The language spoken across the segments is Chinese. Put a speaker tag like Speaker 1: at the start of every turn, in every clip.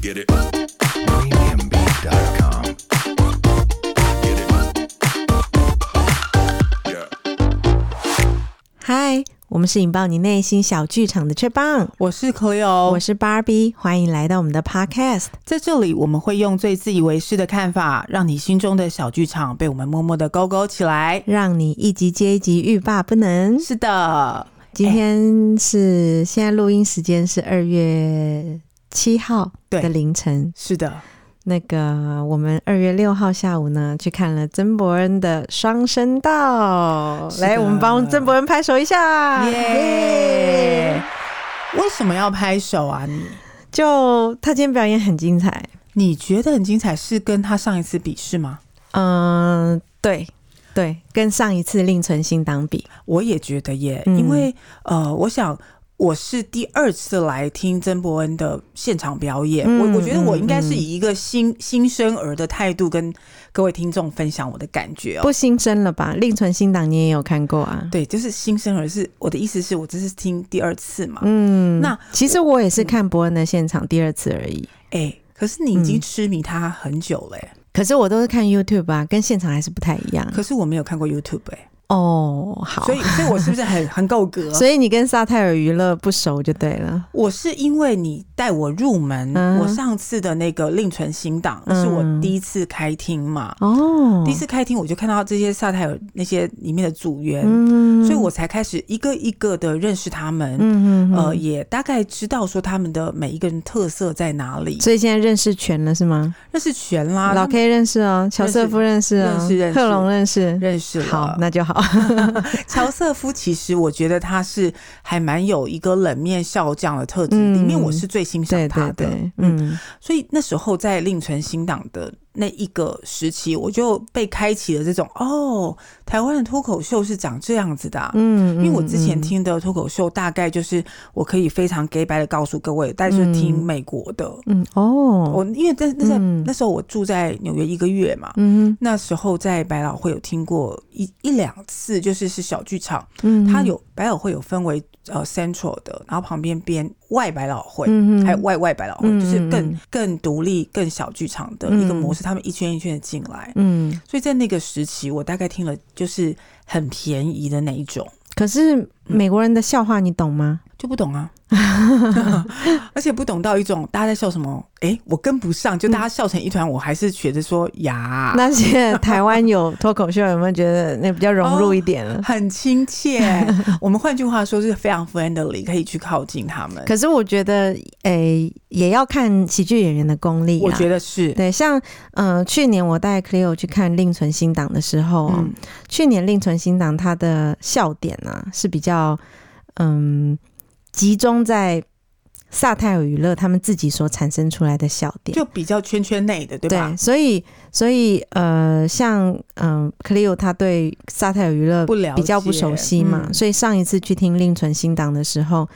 Speaker 1: Get it. Premiumbeat.com. Get it. Yeah.
Speaker 2: 嗨，我们是引爆你内心小剧场的雀棒，
Speaker 3: 我是 Cleo，
Speaker 2: 我是 Barbie，欢迎来到我们的 Podcast。
Speaker 3: 在这里我们会用最自以为是的看法，让你心中的小剧场被我们默默的勾勾起来。
Speaker 2: 让你一集接一集欲罢不能。
Speaker 3: 是的，
Speaker 2: 今天是、现在录音时间是二月七号
Speaker 3: 对
Speaker 2: 的凌晨。
Speaker 3: 是的，
Speaker 2: 那个我们二月六号下午呢去看了曾伯恩的《双声道》，
Speaker 3: 是的
Speaker 2: 来，我们帮曾伯恩拍手一下，
Speaker 3: 耶、
Speaker 2: 耶！
Speaker 3: 为什么要拍手啊？你
Speaker 2: 就他今天表演很精彩，
Speaker 3: 你觉得很精彩，是跟他上一次比是吗？
Speaker 2: 嗯、对对，跟上一次另存新档比，
Speaker 3: 我也觉得耶，
Speaker 2: 嗯
Speaker 3: 因为呃，我想我是第二次来听曾伯恩的现场表演，
Speaker 2: 嗯
Speaker 3: 我我觉得我应该
Speaker 2: 嗯
Speaker 3: 是
Speaker 2: 嗯
Speaker 3: 以一个新新生儿的态度跟各位听众分享我的感觉哦。
Speaker 2: 不新增了吧？另存新档你也有看过啊？
Speaker 3: 对，就是新生儿是我的意思是我这是听第二次嘛，哎、
Speaker 2: 嗯，
Speaker 3: 那
Speaker 2: 其实我也是看伯恩的现场第二次而已，
Speaker 3: 哎可是你已经
Speaker 2: 嗯
Speaker 3: 痴迷他很久了、哎
Speaker 2: 可是我都是看 YouTube 啊，跟现场还是不太一样。
Speaker 3: 可是我没有看过 YouTube
Speaker 2: 嗯
Speaker 3: 哎、
Speaker 2: 哦，好，
Speaker 3: 所以所以我是不是很 很够格？
Speaker 2: 所以你跟沙泰尔娱乐不熟就对了。
Speaker 3: 我是因为你带我入门，
Speaker 2: 嗯
Speaker 3: 我上次的那个另存新档那是
Speaker 2: 嗯
Speaker 3: 我第一次开听嘛，
Speaker 2: 哦，
Speaker 3: 第一次开听我就看到这些萨泰尔那些里面的组员，
Speaker 2: 嗯
Speaker 3: 所以我才开始一个一个的认识他们，
Speaker 2: 嗯嗯
Speaker 3: 呃，
Speaker 2: 嗯，
Speaker 3: 也大概知道说他们的每一个人特色在哪里，
Speaker 2: 所以现在认识全了是吗？
Speaker 3: 认识全啦，
Speaker 2: 老 K 认识哦，乔瑟夫认识哦，
Speaker 3: 啊认识认识
Speaker 2: 贺龙认识。
Speaker 3: 认识了。
Speaker 2: 好，那就好。
Speaker 3: 乔瑟夫其实我觉得他是还蛮有一个冷面笑匠的特质，
Speaker 2: 嗯
Speaker 3: 里面我是最欣赏
Speaker 2: 对
Speaker 3: 他
Speaker 2: 对
Speaker 3: 的。
Speaker 2: 对，嗯，
Speaker 3: 所以那时候在另存新党的那一个时期，我就被开启了这种哦，台湾的脱口秀是长这样子的啊、
Speaker 2: 嗯，
Speaker 3: 因为我之前
Speaker 2: 嗯，
Speaker 3: 听的脱口秀，大概就是我可以非常 gay 白的告诉各位，但是听
Speaker 2: 嗯
Speaker 3: 美国的。
Speaker 2: 嗯哦，
Speaker 3: 我因为那那在、
Speaker 2: 嗯
Speaker 3: 那时候我住在纽约一个月嘛，
Speaker 2: 嗯
Speaker 3: 那时候在百老汇有听过一一两次，就是是小剧场，
Speaker 2: 嗯，
Speaker 3: 它有百老汇有分为呃 Central 的，然后旁边边外百老汇，
Speaker 2: 嗯，嗯
Speaker 3: 还有外外百老汇，
Speaker 2: 嗯
Speaker 3: 就是
Speaker 2: 嗯
Speaker 3: 更
Speaker 2: 嗯
Speaker 3: 更独立、更小剧场的一个模式，他们一圈一圈的进来。
Speaker 2: 嗯，
Speaker 3: 所以在那个时期，我大概听了就是很便宜的那一种，
Speaker 2: 可是美国人的笑话你懂吗？
Speaker 3: 就不 懂啊，而且不懂到一种大家在笑什么，诶，我跟不上，就大家笑成一团，我还是觉得说呀，
Speaker 2: 嗯那些台湾有脱口秀，有没有觉得那比较融入一点啊 了？
Speaker 3: 很亲切。 我们换句话说是非常 friendly，可以去靠近他们。
Speaker 2: 可是我觉得，诶、也要看喜剧演员的功力、啊。
Speaker 3: 我觉
Speaker 2: 得
Speaker 3: 得是，
Speaker 2: 对，像呃，去年我带 Cleo 去看另存新档的时候、哦，
Speaker 3: 嗯
Speaker 2: 去年另存新档它的笑点啊是比较嗯集中在萨泰尔娱乐他们自己所产生出来的笑点，
Speaker 3: 就比较圈圈内的，对吧？
Speaker 2: 所以所以呃，像嗯、呃、，Cleo 他对沙泰尔娱乐
Speaker 3: 不了
Speaker 2: 比
Speaker 3: 解
Speaker 2: 较不熟悉嘛，
Speaker 3: 嗯
Speaker 2: 所以上一次去听另存新档的时候，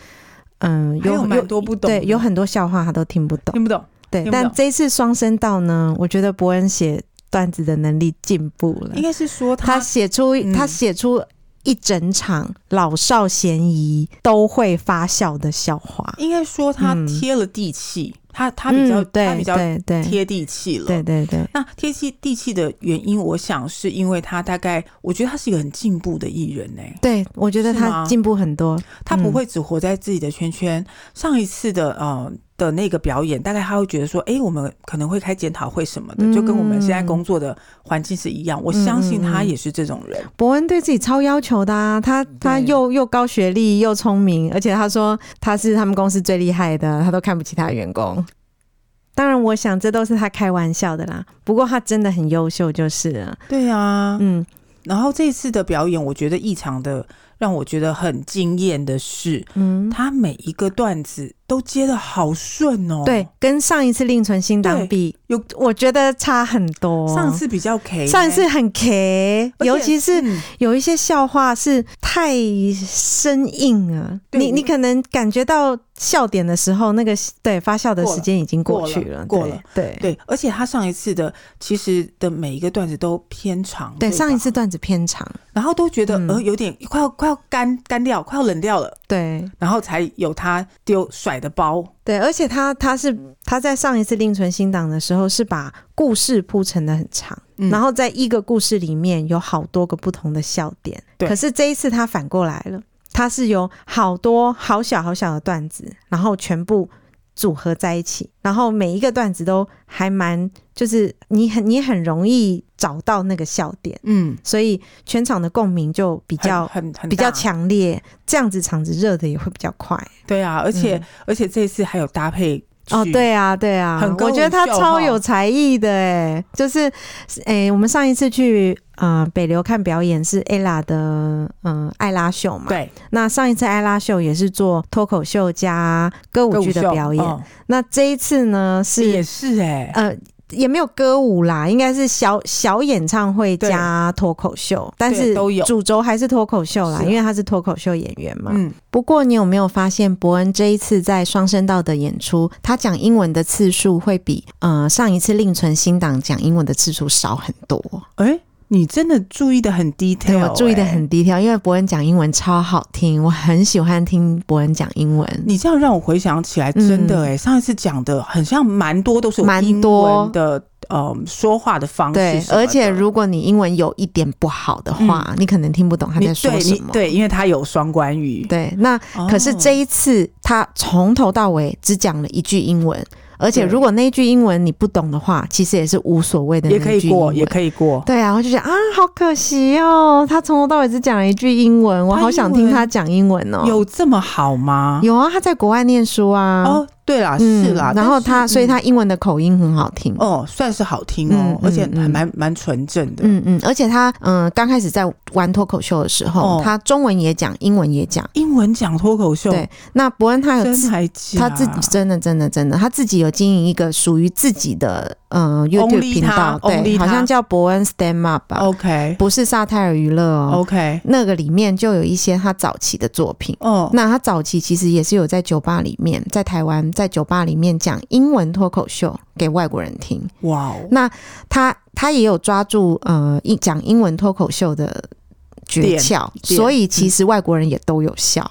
Speaker 2: 嗯、
Speaker 3: 还有
Speaker 2: 有
Speaker 3: 蛮多不懂的
Speaker 2: 对，有很多笑话他都听不懂，
Speaker 3: 听不懂，
Speaker 2: 对
Speaker 3: 听。不懂
Speaker 2: 但这一次双声道呢，我觉得伯恩写段子的能力进步了
Speaker 3: 应，该是说
Speaker 2: 他
Speaker 3: 他
Speaker 2: 写出、
Speaker 3: 嗯
Speaker 2: 他写出。一整场老少咸宜都会发笑的笑话，
Speaker 3: 应该说他
Speaker 2: 嗯
Speaker 3: 贴了地气，他他比较、
Speaker 2: 嗯对
Speaker 3: 他比较
Speaker 2: 对对
Speaker 3: 贴地气了。
Speaker 2: 对对对，
Speaker 3: 那贴气地气的原因，我想是因为他大概，我觉得他是一个很进步的艺人呢、
Speaker 2: 对我觉得
Speaker 3: 是
Speaker 2: 他
Speaker 3: 吗
Speaker 2: 进步很多，
Speaker 3: 他不会只活在自己的圈圈。上一次的呃的那个表演，大概他会觉得说，诶，我们可能会开检讨会什么的，
Speaker 2: 嗯嗯
Speaker 3: 就跟我们现在工作的环境是一样。我相信他也是这种人，
Speaker 2: 伯恩对自己超要求的、啊，他他又又高学历又聪明，而且他说他是他们公司最厉害的，他都看不起他的员工。当然，我想这都是他开玩笑的啦。不过他真的很优秀，就是了。
Speaker 3: 对啊。
Speaker 2: 嗯
Speaker 3: 然后这次的表演，我觉得异常的让我觉得很惊艳的是，
Speaker 2: 嗯，
Speaker 3: 他每一个段子都接的好顺哦。
Speaker 2: 对，，跟上一次另存新档比，
Speaker 3: 有
Speaker 2: 我觉得差很多。
Speaker 3: 上次比较 K，
Speaker 2: 上一次很 K，
Speaker 3: 而且
Speaker 2: 尤其是
Speaker 3: 嗯
Speaker 2: 有一些笑话是太生硬了，
Speaker 3: 对
Speaker 2: 你
Speaker 3: 我
Speaker 2: 你可能感觉到笑点的时候，那个对发笑的时间已经过去了，
Speaker 3: 过了过了
Speaker 2: 对对
Speaker 3: 对，而且他上一次的其实的每一个段子都偏长，
Speaker 2: 对，
Speaker 3: 吧
Speaker 2: 上一次，段子偏长，
Speaker 3: 然后都觉得
Speaker 2: 嗯
Speaker 3: 呃有点快要快要干干掉，快要冷掉了，
Speaker 2: 对
Speaker 3: 然后才有他丢甩的包，
Speaker 2: 对，而且他他是他在上一次另存新档的时候是把故事铺陈的很长，
Speaker 3: 嗯
Speaker 2: 然后在一个故事里面有好多个不同的笑点，
Speaker 3: 对
Speaker 2: 可是这一次他反过来了，他是有好多好小好小的段子，然后全部组合在一起，然后每一个段子都还蛮，就是你很你很容易找到那个笑点，
Speaker 3: 嗯，
Speaker 2: 所以全场的共鸣就比较
Speaker 3: 很很很
Speaker 2: 比较
Speaker 3: 大，
Speaker 2: 强烈，这样子场子热的也会比较快。
Speaker 3: 对啊，而且、
Speaker 2: 嗯
Speaker 3: 而且这次还有搭配
Speaker 2: 哦，
Speaker 3: 剧，
Speaker 2: 对啊，对啊，
Speaker 3: 很歌
Speaker 2: 我觉得
Speaker 3: 舞
Speaker 2: 他
Speaker 3: 秀
Speaker 2: 超
Speaker 3: 哈
Speaker 2: 有才艺的哎，就是哎，我们上一次去呃北流看表演是 ella 的嗯、呃艾拉秀嘛，
Speaker 3: 对
Speaker 2: 那上一次艾拉秀也是做脱口秀加歌舞
Speaker 3: 歌舞
Speaker 2: 剧的
Speaker 3: 秀
Speaker 2: 表演，
Speaker 3: 哦
Speaker 2: 那这一次呢
Speaker 3: 也
Speaker 2: 是
Speaker 3: 是哎、
Speaker 2: 呃。也没有歌舞啦，应该是小小演唱会
Speaker 3: 对
Speaker 2: 加脱口秀，但
Speaker 3: 对
Speaker 2: 是
Speaker 3: 都有
Speaker 2: 主轴还是脱口秀啦，
Speaker 3: 是啊
Speaker 2: 因为他是脱口秀演员嘛。
Speaker 3: 嗯，
Speaker 2: 不过，你有没有发现伯恩这一次在双声道的演出，他讲英文的次数会比呃上一次另存新档讲英文的次数少很多？
Speaker 3: 哎、你真的注意的很 detail，、哎
Speaker 2: 对我注
Speaker 3: 欸
Speaker 2: 意的。很低调，因为伯恩讲英文超好听，我很喜欢听伯恩讲英文。
Speaker 3: 你这样让我回想起来，真的哎、上一次讲的很像蛮多都是
Speaker 2: 嗯
Speaker 3: 有
Speaker 2: 蛮
Speaker 3: 英
Speaker 2: 多
Speaker 3: 文的，呃，说话的方式
Speaker 2: 对，
Speaker 3: 什么的。
Speaker 2: 而且如果你英文有一点不好的话，你可能听不懂他
Speaker 3: 你
Speaker 2: 在说
Speaker 3: 对
Speaker 2: 什
Speaker 3: 嗯你
Speaker 2: 么。
Speaker 3: 对，因为他有双关语。
Speaker 2: 对，那
Speaker 3: 哦
Speaker 2: 可是这一次他从头到尾只讲了一句英文，而且
Speaker 3: 对
Speaker 2: 如果那一句英文你不懂的话，其实也是无所谓的那一
Speaker 3: 也
Speaker 2: 句
Speaker 3: 可以过，
Speaker 2: 英文
Speaker 3: 也可以过。
Speaker 2: 对啊，我就觉得啊，好可惜哦，他从头到尾只讲了一句英文，我好想听他讲英文哦。
Speaker 3: 有啊这么好吗？
Speaker 2: 有啊，他在国外念书啊。
Speaker 3: 哦，对啦，
Speaker 2: 嗯
Speaker 3: 是啦。
Speaker 2: 然后
Speaker 3: 但是
Speaker 2: 他，所以
Speaker 3: 嗯
Speaker 2: 他英文的口音很好听。
Speaker 3: 哦，算是好听哦
Speaker 2: 嗯，
Speaker 3: 而且
Speaker 2: 嗯嗯
Speaker 3: 还蛮蛮纯正的。
Speaker 2: 嗯嗯，而且他嗯，刚开始在玩脱口秀的时候，
Speaker 3: 哦
Speaker 2: 他中文也讲，英文也讲。
Speaker 3: 英文讲脱口秀，
Speaker 2: 对那伯恩他有
Speaker 3: 真
Speaker 2: 自
Speaker 3: 还假？
Speaker 2: 他自己真的真的真的，他自己有经营一个属于自己的嗯 YouTube
Speaker 3: Only
Speaker 2: 频道
Speaker 3: 他，
Speaker 2: 对，
Speaker 3: Only
Speaker 2: 好像
Speaker 3: 他哦
Speaker 2: 叫伯恩 Stand Up 吧，
Speaker 3: OK
Speaker 2: 不是萨泰尔娱乐哦。
Speaker 3: OK
Speaker 2: 那个里面就有一些他早期的作品。
Speaker 3: 哦，
Speaker 2: 那他早期其实也是有在酒吧里面，在台湾在酒吧里面讲英文脱口秀给外国人听。
Speaker 3: 哇哦，
Speaker 2: 那他他也有抓住呃一讲英文脱口秀的诀窍，
Speaker 3: 点嗯
Speaker 2: 所以其实外国人也都有笑。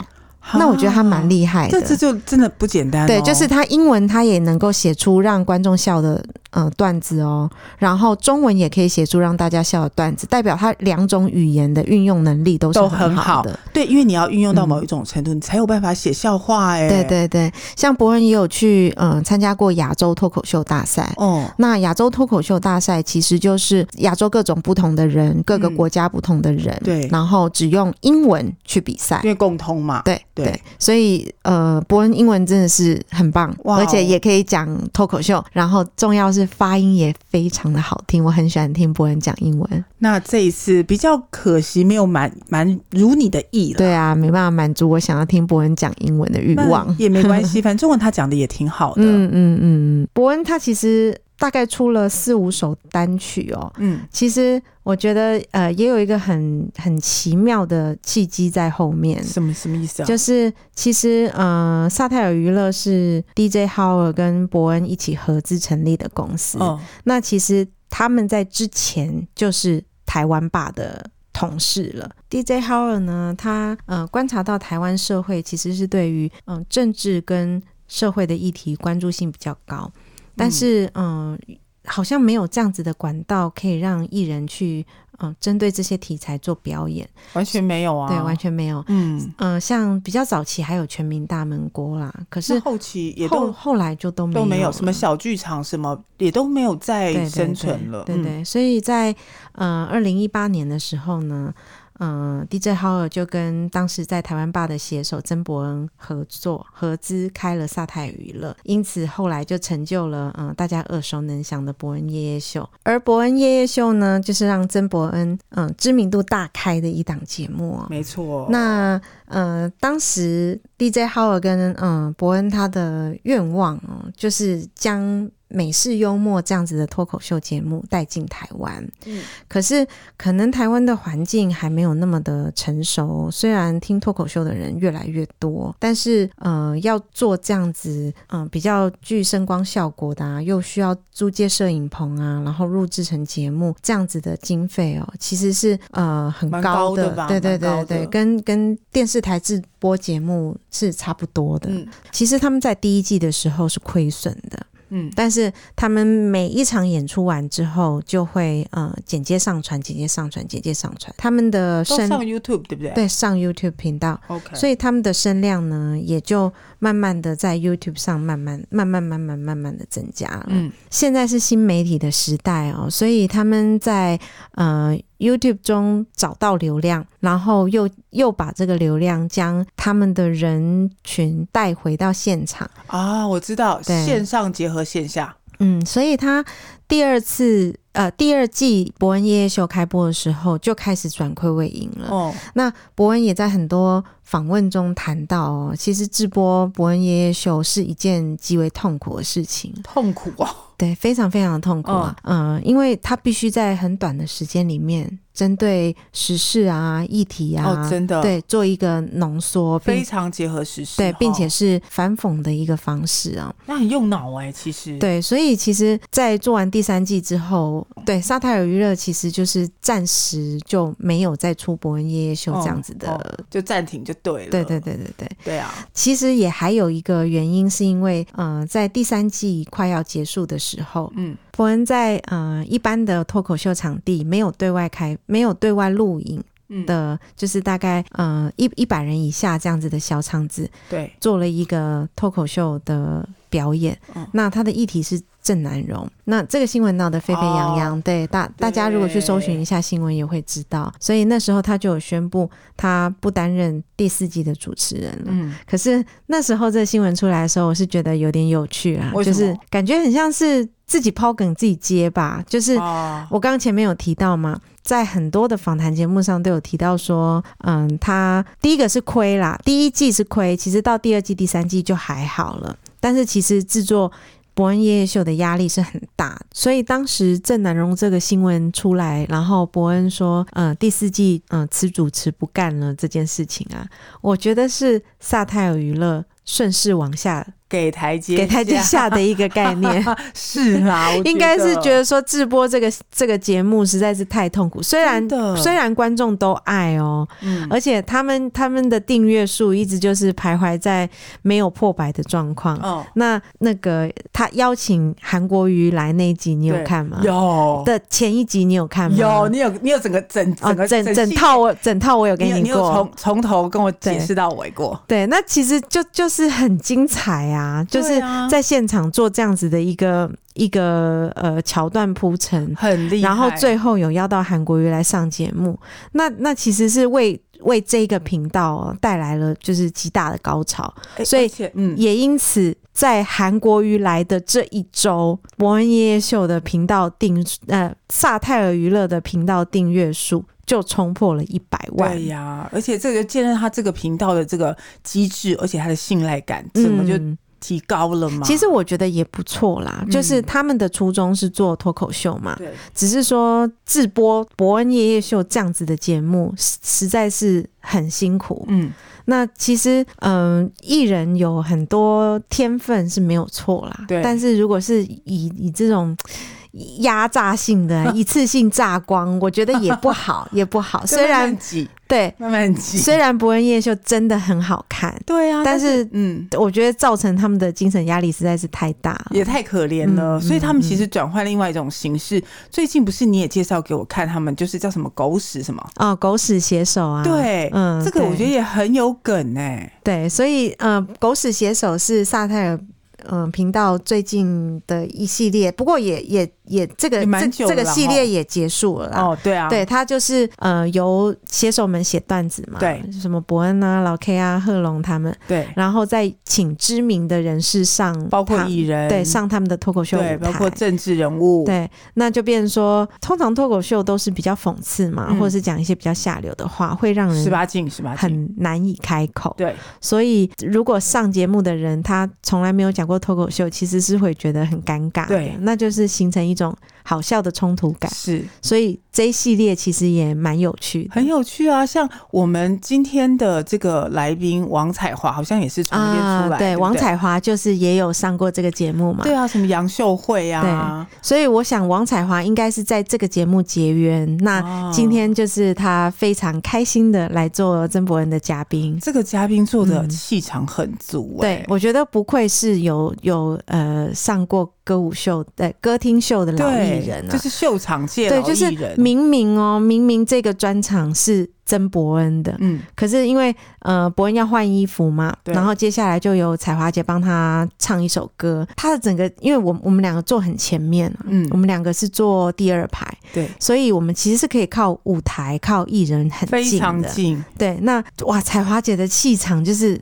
Speaker 2: 那我觉得他蛮厉害
Speaker 3: 啊这
Speaker 2: 的。
Speaker 3: 这就真的不简单哦。
Speaker 2: 对，就是他英文他也能够写出让观众笑的呃段子哦，然后中文也可以写出让大家笑的段子，代表他两种语言的运用能力都是
Speaker 3: 都
Speaker 2: 很
Speaker 3: 很好
Speaker 2: 的。
Speaker 3: 对，因为你要运用到
Speaker 2: 嗯
Speaker 3: 某一种程度，你才有办法写笑话。哎，
Speaker 2: 对，对对，像伯恩也有去嗯、呃参加过亚洲脱口秀大赛。
Speaker 3: 哦，
Speaker 2: 那亚洲脱口秀大赛其实就是亚洲各种不同的人，各个
Speaker 3: 嗯
Speaker 2: 国家不同的人，
Speaker 3: 对
Speaker 2: 然后只用英文去比赛
Speaker 3: 因。为共通嘛。
Speaker 2: 对
Speaker 3: 对
Speaker 2: 对，所以呃，伯恩英文真的是很棒，
Speaker 3: 哇哦
Speaker 2: 而且也可以讲脱口秀，然后重要是发音也非常的好听，我很喜欢听伯恩讲英文。
Speaker 3: 那这一次比较可惜，没有满满如你的意了。
Speaker 2: 对啊，没办法满足我想要听伯恩讲英文的欲
Speaker 3: 那
Speaker 2: 望。
Speaker 3: 也没 关系，反正中文他讲的也挺好的。
Speaker 2: 嗯嗯嗯，伯恩他其实大概出了四五首单曲哦。
Speaker 3: 嗯
Speaker 2: 其实我觉得，呃，也有一个很很奇妙的契机在后面，
Speaker 3: 什么什么意思啊？
Speaker 2: 就是其实，呃，萨泰尔娱乐是 DJ Howard 跟伯恩一起合资成立的公司。
Speaker 3: 哦，
Speaker 2: 那其实他们在之前就是台湾霸的同事了。DJ Howard 呢，他呃观察到台湾社会其实是对于嗯、呃政治跟社会的议题关注性比较高，但是嗯、呃好像没有这样子的管道可以让艺人去嗯、呃针对这些题材做表演，
Speaker 3: 完全没有啊，
Speaker 2: 对，完全没有。
Speaker 3: 嗯，
Speaker 2: 嗯、像比较早期还有《全民大闷锅》啦，可
Speaker 3: 是
Speaker 2: 是
Speaker 3: 后期也
Speaker 2: 后
Speaker 3: 都
Speaker 2: 后来就都没
Speaker 3: 都没有
Speaker 2: 了
Speaker 3: 什么小剧场什么也都没有再
Speaker 2: 对对
Speaker 3: 生存了，
Speaker 2: 对对
Speaker 3: 嗯
Speaker 2: 对，所以在呃二零一八年的时候呢，嗯，DJ 浩尔就跟当时在台湾霸的写手曾伯恩合作合资开了萨泰娱乐，因此后来就成就了嗯大家耳熟能详的伯恩夜夜秀。而伯恩夜夜秀呢，就是让曾伯恩嗯知名度大开的一档节目哦。
Speaker 3: 没错。
Speaker 2: 那呃，当时 DJ 浩尔跟嗯、呃伯恩他的愿望哦，就是将美式幽默这样子的脱口秀节目带进台湾。
Speaker 3: 嗯
Speaker 2: 可是可能台湾的环境还没有那么的成熟，虽然听脱口秀的人越来越多，但是呃，要做这样子嗯、呃比较具声光效果的、啊，又需要租借摄影棚啊，然后录制成节目这样子的经费哦，其实是呃很
Speaker 3: 蛮
Speaker 2: 高
Speaker 3: 高
Speaker 2: 的，
Speaker 3: 的吧
Speaker 2: 对对
Speaker 3: 蛮
Speaker 2: 对
Speaker 3: 高的
Speaker 2: 对，跟跟电视台制播节目是差不多的。
Speaker 3: 嗯
Speaker 2: 其实他们在第一季的时候是亏损的，
Speaker 3: 嗯，
Speaker 2: 但是他们每一场演出完之后，就会呃剪接上传，剪接上传，剪接上传，他们的
Speaker 3: 都
Speaker 2: 声
Speaker 3: 上嗯 YouTube 对不对？
Speaker 2: 对上 YouTube 频道，
Speaker 3: ，OK。
Speaker 2: 所以他们的声量呢，也就慢慢的在 YouTube 上慢慢、慢慢、慢慢、慢慢的增加了。
Speaker 3: 嗯，
Speaker 2: 现在是新媒体的时代哦，所以他们在呃 YouTube 中找到流量，然后又又把这个流量将他们的人群带回到现场。
Speaker 3: 啊，我知道，
Speaker 2: 对
Speaker 3: 线上结合线下，
Speaker 2: 嗯，所以他第二次呃第二季《伯恩夜夜秀》开播的时候就开始转亏为盈了。
Speaker 3: 哦，
Speaker 2: 那伯恩也在很多访问中谈到哦，其实直播伯恩夜夜秀是一件极为痛苦的事情，
Speaker 3: 痛苦哦，
Speaker 2: 对，非常非常的痛苦啊。嗯、因为他必须在很短的时间里面，针对时事啊、议题啊，
Speaker 3: 哦，真的，，
Speaker 2: 对，做一个浓缩，
Speaker 3: 非
Speaker 2: 并
Speaker 3: 常结合实事，
Speaker 2: 对，并且
Speaker 3: 哦
Speaker 2: 是反讽的一个方式啊。
Speaker 3: 那很用脑哎，其实，，
Speaker 2: 对，所以其实，在做完第三季之后，对沙泰尔娱乐其实就是暂时就没有再出伯恩夜夜秀这样子的。
Speaker 3: 哦就暂停就对了，
Speaker 2: 对对对对对，
Speaker 3: 对啊，
Speaker 2: 其实也还有一个原因，是因为呃，在第三季快要结束的时候，
Speaker 3: 嗯
Speaker 2: 伯恩在呃一般的脱口秀场地没有对外开，没有对外录影
Speaker 3: 嗯，
Speaker 2: 的，就是大概呃一一百人以下这样子的小场子，
Speaker 3: 对，
Speaker 2: 做了一个脱口秀的表演，
Speaker 3: 嗯
Speaker 2: 那他的议题是郑南荣，那这个新闻闹得沸沸扬扬，
Speaker 3: 哦
Speaker 2: 对大大家如果去搜寻一下新闻也会知道，所以那时候他就有宣布他不担任第四季的主持人了。
Speaker 3: 嗯，
Speaker 2: 可是那时候这新闻出来的时候，我是觉得有点有趣啊，
Speaker 3: 为什
Speaker 2: 就
Speaker 3: 么
Speaker 2: 是感觉很像是自己抛梗自己接吧，就是
Speaker 3: 啊，
Speaker 2: 我刚刚前面有提到嘛，在很多的访谈节目上都有提到说，嗯，他第一个是亏啦，第一季是亏，其实到第二季、第三季就还好了，但是其实制作。伯恩夜夜秀的压力是很大，所以当时郑南荣这个新闻出来，然后伯恩说：“嗯，第四季嗯辞主持不干了这件事情啊，我觉得是萨泰尔娱乐顺势往下
Speaker 3: 给台阶，
Speaker 2: 给台阶下的一个概念。”
Speaker 3: 是 啦，我
Speaker 2: 应该是觉得说直播这个这个节目实在是太痛苦，虽然
Speaker 3: 真的
Speaker 2: 虽然观众都爱哦，
Speaker 3: 嗯
Speaker 2: 而且他们他们的订阅数一直就是徘徊在没有破百的状况。
Speaker 3: 哦，
Speaker 2: 那那个他邀请韩国瑜来那一集，你有
Speaker 3: 对
Speaker 2: 看吗？
Speaker 3: 有
Speaker 2: 的前一集你有看吗？
Speaker 3: 有，你有你有整个整
Speaker 2: 哦
Speaker 3: 整，个
Speaker 2: 整整
Speaker 3: 系
Speaker 2: 套我整套我有给
Speaker 3: 你有你有
Speaker 2: 过。
Speaker 3: 从从头跟我解
Speaker 2: 对
Speaker 3: 释到尾过，
Speaker 2: 对，那其实就就是很精彩啊，就是
Speaker 3: 对啊
Speaker 2: 在现场做这样子的一个一个呃桥段铺陈，
Speaker 3: 很厉害，
Speaker 2: 然后最后有邀到韩国瑜来上节目，那那其实是为为这个频道哦带来了就是极大的高潮，
Speaker 3: 哎
Speaker 2: 所以
Speaker 3: 而且嗯，
Speaker 2: 也因此在韩国瑜来的这一周，伯恩夜夜秀的频道订呃萨泰尔娱乐的频道订阅数就冲破了一百万
Speaker 3: 对。呀、而且这个见证他这个频道的这个机制，而且他的信赖感，怎么就
Speaker 2: 嗯
Speaker 3: 提高了嘛？
Speaker 2: 其实我觉得也不错啦，
Speaker 3: 嗯
Speaker 2: 就是他们的初衷是做脱口秀嘛，
Speaker 3: 对，
Speaker 2: 只是说直播伯恩夜夜秀这样子的节目实实在是很辛苦，
Speaker 3: 嗯，
Speaker 2: 那其实，嗯、艺人有很多天分是没有错啦，
Speaker 3: 对
Speaker 2: 但是如果是以以这种压榨性 的、一次性榨光，我觉得也不好，也不好。虽
Speaker 3: 慢
Speaker 2: 然
Speaker 3: 慢挤，
Speaker 2: 对，
Speaker 3: 慢慢挤，
Speaker 2: 虽然《伯恩夜秀》真的很好看，
Speaker 3: 对啊，
Speaker 2: 但是
Speaker 3: 嗯。
Speaker 2: 我觉得造成他们的精神压力实在是太大了。
Speaker 3: 也太可怜了，
Speaker 2: 嗯
Speaker 3: 所以他们其实转换另外一种形式。最近不是你也介绍给我看，他们就是叫什么狗屎什么？
Speaker 2: 哦，狗屎写手啊，
Speaker 3: 对，
Speaker 2: 嗯
Speaker 3: 这个我
Speaker 2: 对
Speaker 3: 觉得也很有梗哎、
Speaker 2: 对，所以呃，狗屎写手是萨泰尔嗯、呃频道最近的一系列，不过也也也这个
Speaker 3: 也蛮
Speaker 2: 这
Speaker 3: 久
Speaker 2: 这
Speaker 3: 了
Speaker 2: 个
Speaker 3: 啦
Speaker 2: 系
Speaker 3: 吼
Speaker 2: 列也结束了啦。
Speaker 3: 哦，对啊，
Speaker 2: 对他就是呃，由写手们写段子嘛，
Speaker 3: 对，
Speaker 2: 什么伯恩啊、老 K 啊、贺龙他们，
Speaker 3: 对，
Speaker 2: 然后再请知名的人士上他，
Speaker 3: 包括艺人，
Speaker 2: 对上他们的脱口秀舞台，
Speaker 3: 对，包括政治人物，
Speaker 2: 对，那就变成说，通常脱口秀都是比较讽刺嘛，
Speaker 3: 嗯
Speaker 2: 或者是讲一些比较下流的话，会让
Speaker 3: 十
Speaker 2: 人
Speaker 3: 八禁，十八
Speaker 2: 嗯
Speaker 3: 禁，
Speaker 2: 很难以开口。
Speaker 3: 对，
Speaker 2: 所以如果上节目的人他从来没有讲过脱口秀，其实是会觉得很尴尬的，
Speaker 3: 对
Speaker 2: 那就是形成一种好笑的冲突感。
Speaker 3: 是
Speaker 2: 所以这一系列其实也蛮有趣的，
Speaker 3: 很有趣啊。像我们今天的这个来宾王彩华，好像也是从那边出来，
Speaker 2: 啊对，
Speaker 3: 对不
Speaker 2: 王
Speaker 3: 对。
Speaker 2: 彩华就是也有上过这个节目嘛，
Speaker 3: 对啊，什么杨秀慧啊，
Speaker 2: 所以我想王彩华应该是在这个节目结缘。那
Speaker 3: 哦
Speaker 2: 今天就是他非常开心的来做曾伯恩的嘉宾。
Speaker 3: 这个嘉宾做的
Speaker 2: 嗯
Speaker 3: 气场很足、哎
Speaker 2: 对，我觉得不愧是有有呃上过歌舞秀的歌厅秀的老艺人
Speaker 3: 就
Speaker 2: 啊，
Speaker 3: 是秀场界
Speaker 2: 对，
Speaker 3: 老
Speaker 2: 就是
Speaker 3: 艺人，
Speaker 2: 明明哦，明明这个专场是曾伯恩的，
Speaker 3: 嗯，
Speaker 2: 可是因为呃，伯恩要换衣服嘛，
Speaker 3: 对
Speaker 2: 然后接下来就由彩华姐帮他唱一首歌。他的整个，因为我我们两个坐很前面啊，
Speaker 3: 嗯
Speaker 2: 我们两个是坐第二排，
Speaker 3: 对，
Speaker 2: 所以我们其实是可以靠舞台、靠艺人很
Speaker 3: 非
Speaker 2: 近
Speaker 3: 常
Speaker 2: 的。
Speaker 3: 近，
Speaker 2: 对，那哇，彩华姐的气场就是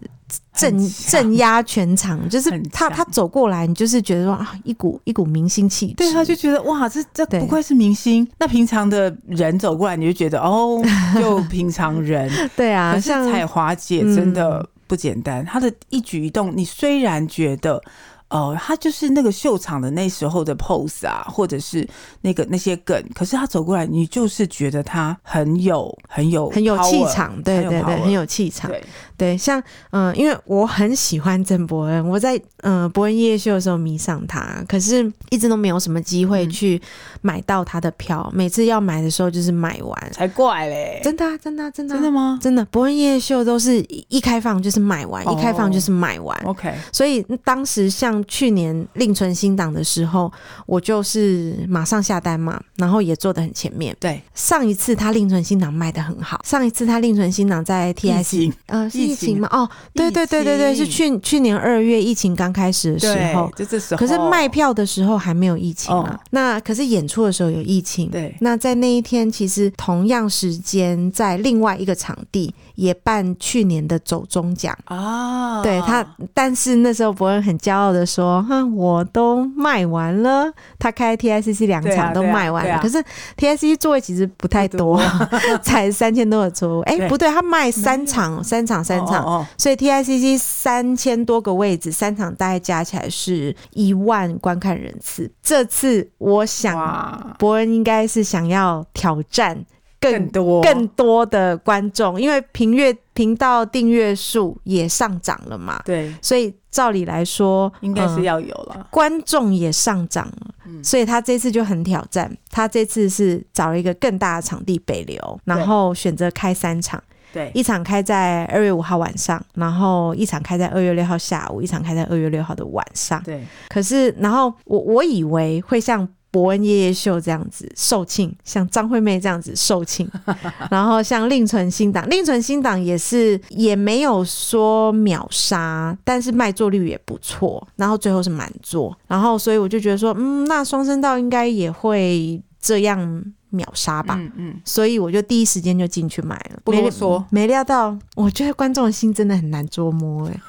Speaker 2: 镇
Speaker 3: 很强
Speaker 2: 镇压全场，就是
Speaker 3: 很
Speaker 2: 她
Speaker 3: 强
Speaker 2: 她走过来，你就是觉得说啊，一股一股明星气质。
Speaker 3: 对，他就觉得哇，这这
Speaker 2: 对
Speaker 3: 不愧是明星。那平常的人走过来，你就觉得哦，就平常人。
Speaker 2: 对啊，
Speaker 3: 可是
Speaker 2: 像嗯
Speaker 3: 彩华姐真的不简单，她的一举一动，你虽然觉得。呃，她就是那个秀场的那时候的 pose 啊，或者是那个那些梗，可是她走过来，你就是觉得她很有很有
Speaker 2: 很有气
Speaker 3: power，
Speaker 2: 场，对
Speaker 3: 很有
Speaker 2: 对对，
Speaker 3: power
Speaker 2: 很有气场。
Speaker 3: 对，
Speaker 2: 对，像嗯、呃因为我很喜欢郑伯恩，我在嗯、呃伯恩夜秀的时候迷上他，可是一直都没有什么机会
Speaker 3: 嗯
Speaker 2: 去买到他的票，每次要买的时候就是买完，
Speaker 3: 才怪嘞，
Speaker 2: 真的、啊、真的、啊、真的、啊、
Speaker 3: 真的吗
Speaker 2: 真的，伯恩夜秀都是一一开放就是买完，
Speaker 3: 哦
Speaker 2: 一开放就是买完。
Speaker 3: ？OK，
Speaker 2: 所以当时像去年另存新档的时候，我就是马上下单嘛，然后也坐得很前面。
Speaker 3: 对，
Speaker 2: 上一次他另存新档卖的很好，上一次他另存新档在 TIC
Speaker 3: 情
Speaker 2: 呃，是
Speaker 3: 疫
Speaker 2: 疫情
Speaker 3: 情
Speaker 2: 吗？哦，对对对对对，是
Speaker 3: 疫
Speaker 2: 去去年二月疫情刚开始的时候
Speaker 3: 对，，就这时候，
Speaker 2: 可是卖票的时候还没有疫情啊
Speaker 3: 哦。
Speaker 2: 那可是演出的时候有疫情。
Speaker 3: 对
Speaker 2: 那在那一天，其实同样时间在另外一个场地也办去年的走中奖。
Speaker 3: 啊，
Speaker 2: 对他，但是那时候伯恩很骄傲的说：“哼，我都卖完了。”他开 TICC 两
Speaker 3: 对啊
Speaker 2: 场都
Speaker 3: 对啊
Speaker 2: 卖完
Speaker 3: 对
Speaker 2: 了，
Speaker 3: 啊
Speaker 2: 可是 TICC 座位其实不太
Speaker 3: 不
Speaker 2: 多
Speaker 3: 多，
Speaker 2: 才三千多个座位。哎、
Speaker 3: 对
Speaker 2: 不对，他卖三场，三场，三场。
Speaker 3: 哦哦哦
Speaker 2: 所以 TICC 三千多个位置，三场大概加起来是一万观看人次。这次我想，
Speaker 3: 哇，
Speaker 2: 伯恩应该是想要挑战更
Speaker 3: 更多
Speaker 2: 更多的观众，因为频阅频道订阅数也上涨了嘛，
Speaker 3: 对，
Speaker 2: 所以照理来说，
Speaker 3: 应该是
Speaker 2: 呃
Speaker 3: 要有嗯了。
Speaker 2: 观众也上涨了，所以他这次就很挑战。他这次是找了一个更大的场地北流，然后选择开三场，
Speaker 3: 对，
Speaker 2: 一场开在二月五号晚上，然后一场开在二月六号下午，一场开在二月六号的晚上。
Speaker 3: 对，
Speaker 2: 可是，然后我我以为会像伯恩夜夜秀这样子售罄，像张惠妹这样子售罄， 然后像另存新档，另存新档也是也没有说秒杀，但是卖座率也不错，然后最后是满座，然后所以我就觉得说，嗯，那双声道应该也会这样秒杀吧。
Speaker 3: 嗯嗯，
Speaker 2: 所以我就第一时间就进去买了，
Speaker 3: 不啰嗦
Speaker 2: 没没料到，我觉得观众的心真的很难捉摸哎、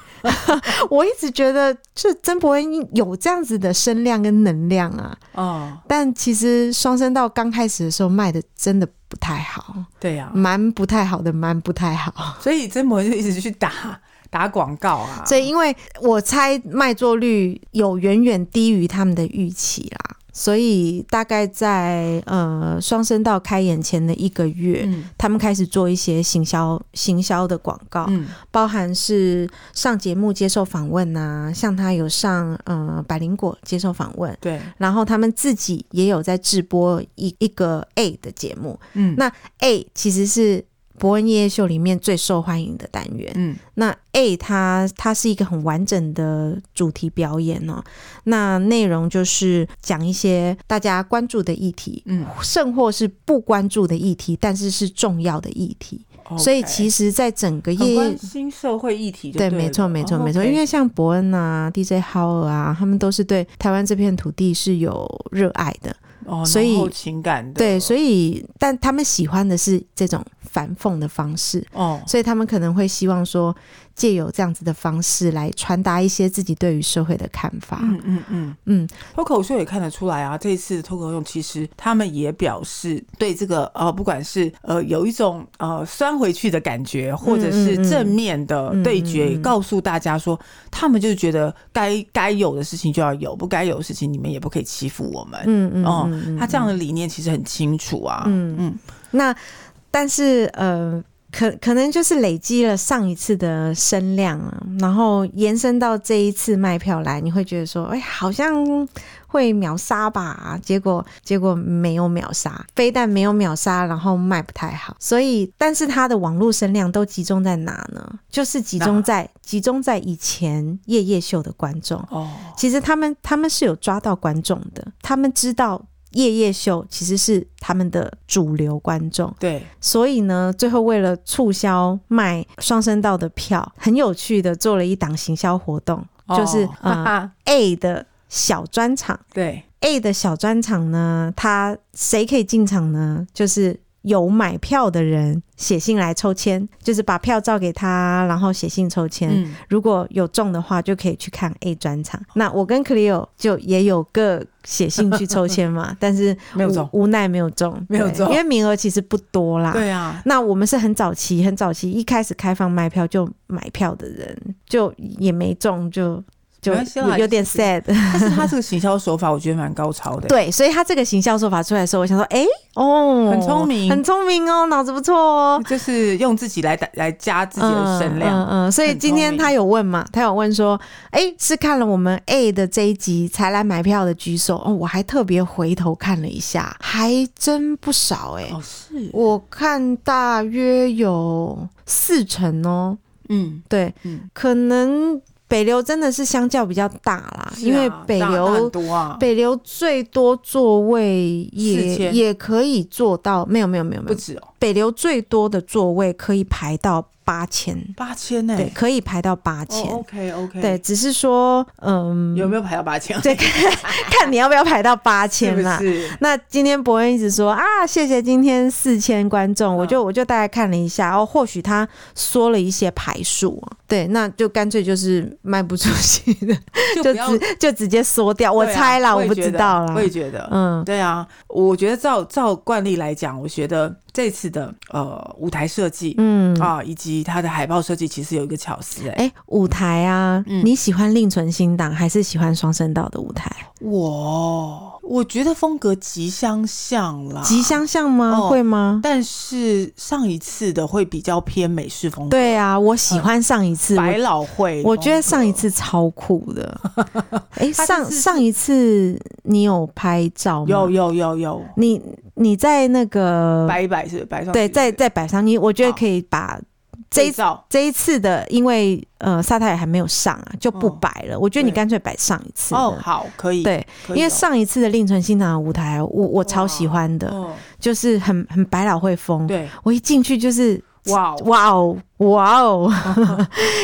Speaker 2: 我一直觉得，这曾伯恩有这样子的声量跟能量啊，
Speaker 3: 哦，
Speaker 2: 但其实双声道刚开始的时候卖的真的不太好，
Speaker 3: 对啊呀、
Speaker 2: 蛮不太好的，蛮不太好。
Speaker 3: 所以曾博就一直去打打广告啊，
Speaker 2: 所以，因为我猜卖座率有远远低于他们的预期啦，所以大概在呃双声道开演前的一个月，
Speaker 3: 嗯
Speaker 2: 他们开始做一些行销行销的广告，
Speaker 3: 嗯，
Speaker 2: 包含是上节目接受访问啊，像他有上呃百灵果接受访问，
Speaker 3: 对，
Speaker 2: 然后他们自己也有在直播一一个 A 的节目，
Speaker 3: 嗯
Speaker 2: 那 A 其实是。伯恩夜夜秀里面最受欢迎的单元，
Speaker 3: 嗯
Speaker 2: 那 A 它它是一个很完整的主题表演哦，那内容就是讲一些大家关注的议题，
Speaker 3: 嗯，
Speaker 2: 甚或是不关注的议题，但是是重要的议题。所以其
Speaker 3: 实
Speaker 2: 实，在整个
Speaker 3: 嗯哦很
Speaker 2: 业
Speaker 3: 关心社会议题就
Speaker 2: 对，
Speaker 3: 了
Speaker 2: 没错，没错，
Speaker 3: 哦
Speaker 2: 没错。
Speaker 3: OK
Speaker 2: 因为像伯恩啊、DJ 豪尔啊，他们都是对台湾这片土地是有热爱的，
Speaker 3: 哦，
Speaker 2: 所以
Speaker 3: 浓厚情感的
Speaker 2: 对，所
Speaker 3: 以
Speaker 2: 以但他们喜欢的是这种反讽的方式，
Speaker 3: 哦，
Speaker 2: 所以他们可能会希望说，借由这样子的方式来传达一些自己对于社会的看法。
Speaker 3: 嗯嗯嗯，
Speaker 2: 啊嗯
Speaker 3: 脱口秀也看得出来啊。这一次脱口秀其实他们也表示对这个呃，不管是呃有一种呃酸回去的感觉，或者是
Speaker 2: 嗯嗯
Speaker 3: 正面的
Speaker 2: 嗯
Speaker 3: 对决，
Speaker 2: 嗯嗯
Speaker 3: 告诉大家说，他们就是觉得该该有的事情就要有，不该有的事情你们也不可以欺负我们。
Speaker 2: 嗯嗯
Speaker 3: 哦
Speaker 2: 嗯嗯
Speaker 3: 他这样的理念其实很清楚啊。
Speaker 2: 嗯
Speaker 3: 嗯
Speaker 2: 那但是呃，可可能就是累积了上一次的声量啊，然后延伸到这一次卖票来，你会觉得说，哎、好像会秒杀吧？结果结果没有秒杀，非但没有秒杀，然后卖不太好。所以，但是它的网络声量都集中在哪呢？就是集中
Speaker 3: 哪
Speaker 2: 在集中在以前夜夜秀的观众。
Speaker 3: 哦，
Speaker 2: 其实他们他们是有抓到观众的，他们知道夜夜秀其实是他们的主流观众，
Speaker 3: 对，
Speaker 2: 所以呢，最后为了促销卖双声道的票，很有趣的做了一档行销活动，就是、
Speaker 3: 哦哈
Speaker 2: 呃
Speaker 3: 哈
Speaker 2: A 的小专场。
Speaker 3: 对
Speaker 2: A 的小专场呢，它谁可以进场呢？就是有买票的人写信来抽签，就是把票照给他，然后写信抽签。
Speaker 3: 嗯
Speaker 2: 如果有中的话，就可以去看 A 专场。那我跟 Cleo 就也有各写信去抽签 嘛，但是
Speaker 3: 没有中
Speaker 2: 无无奈没有中，
Speaker 3: 没有
Speaker 2: 对
Speaker 3: 中
Speaker 2: 因为名额其实不多啦。
Speaker 3: 对啊，
Speaker 2: 那我们是很早期，很早期一开始开放卖票就买票的人，就也没中，就就
Speaker 3: 没关系啦
Speaker 2: 有有点
Speaker 3: 就是
Speaker 2: sad。
Speaker 3: 但是他这个行销手法我觉得蛮高超的。
Speaker 2: 对，所以他这个行销手法出来的时候，我想说，哎、哦，
Speaker 3: 很聪明
Speaker 2: 很聪明哦，脑子不错哦。
Speaker 3: 就是用自己来打来加自己的声量。
Speaker 2: 嗯嗯嗯所以
Speaker 3: 很聪
Speaker 2: 今天
Speaker 3: 明
Speaker 2: 他有问嘛，他有问说，哎、是看了我们 A 的这一集才来买票的举手哦，我还特别回头看了一下，还真不少哎、
Speaker 3: 哦，是，
Speaker 2: 我看大约有四成哦，
Speaker 3: 嗯
Speaker 2: 对，
Speaker 3: 嗯，
Speaker 2: 可能北流真的是相较比较大啦，
Speaker 3: 是啊
Speaker 2: 因为北
Speaker 3: 大大很
Speaker 2: 流
Speaker 3: 多啊，
Speaker 2: 北流最多座位
Speaker 3: 四
Speaker 2: 也
Speaker 3: 千
Speaker 2: 也可以做到，没有没有没有没
Speaker 3: 不
Speaker 2: 有，
Speaker 3: 止哦，
Speaker 2: 北流最多的座位可以排到八千，
Speaker 3: 八千呢。
Speaker 2: 对，可以排到八千、
Speaker 3: 哎哦，OK OK，
Speaker 2: 对，，只是说，嗯，
Speaker 3: 有没有排到八千？
Speaker 2: 对，看看你要不要排到八
Speaker 3: 是
Speaker 2: 千
Speaker 3: 不
Speaker 2: 啦。
Speaker 3: 是？
Speaker 2: 那今天伯恩一直说啊，谢谢今天四千观众，我
Speaker 3: 嗯
Speaker 2: 就我就大概看了一下，哦，或许他缩了一些排数，啊对，那就干脆就是卖不出去的，
Speaker 3: 就
Speaker 2: 就
Speaker 3: 不要
Speaker 2: 直就直接缩掉。我
Speaker 3: 对啊
Speaker 2: 猜啦，我
Speaker 3: 也
Speaker 2: 不
Speaker 3: 觉
Speaker 2: 知
Speaker 3: 得
Speaker 2: 道啦
Speaker 3: 我。也觉得。
Speaker 2: 嗯
Speaker 3: 对啊，我觉得照照惯例来讲，我觉得这次的呃舞台设计
Speaker 2: 嗯，
Speaker 3: 啊，以及它的海报设计，其实有一个巧思哎、
Speaker 2: 哎、舞台啊，
Speaker 3: 嗯
Speaker 2: 你喜欢另存新档还是喜欢双声道的舞台？
Speaker 3: 我我觉得风格极相像啦，
Speaker 2: 吉相像吗？
Speaker 3: 哦
Speaker 2: 会吗？
Speaker 3: 但是上一次的会比较偏美式风格，
Speaker 2: 对啊，我喜
Speaker 3: 嗯
Speaker 2: 欢上一次，
Speaker 3: 百老汇风格。
Speaker 2: 我我觉得上一次超酷的。 哎、
Speaker 3: 它
Speaker 2: 上
Speaker 3: 就是
Speaker 2: 上一次你有拍照吗？
Speaker 3: 有有有有
Speaker 2: 你你在那个
Speaker 3: 摆一摆是摆上去
Speaker 2: 嗯对，在在摆上，你我觉得
Speaker 3: 好
Speaker 2: 可以把这一
Speaker 3: 对照
Speaker 2: 这一次的，因为呃沙泰尔还没有上啊，就不
Speaker 3: 哦
Speaker 2: 摆了。我觉得你
Speaker 3: 对
Speaker 2: 干脆摆上一次
Speaker 3: 哦
Speaker 2: 的，
Speaker 3: 好可以，
Speaker 2: 对，
Speaker 3: 可以哦，
Speaker 2: 因为上一次的令存新堂的舞台，我我超
Speaker 3: 哇
Speaker 2: 喜欢的，
Speaker 3: 哦
Speaker 2: 就是很很百老汇风。
Speaker 3: 对
Speaker 2: 我一进去就是
Speaker 3: 哇哦
Speaker 2: 哇哦哇哦，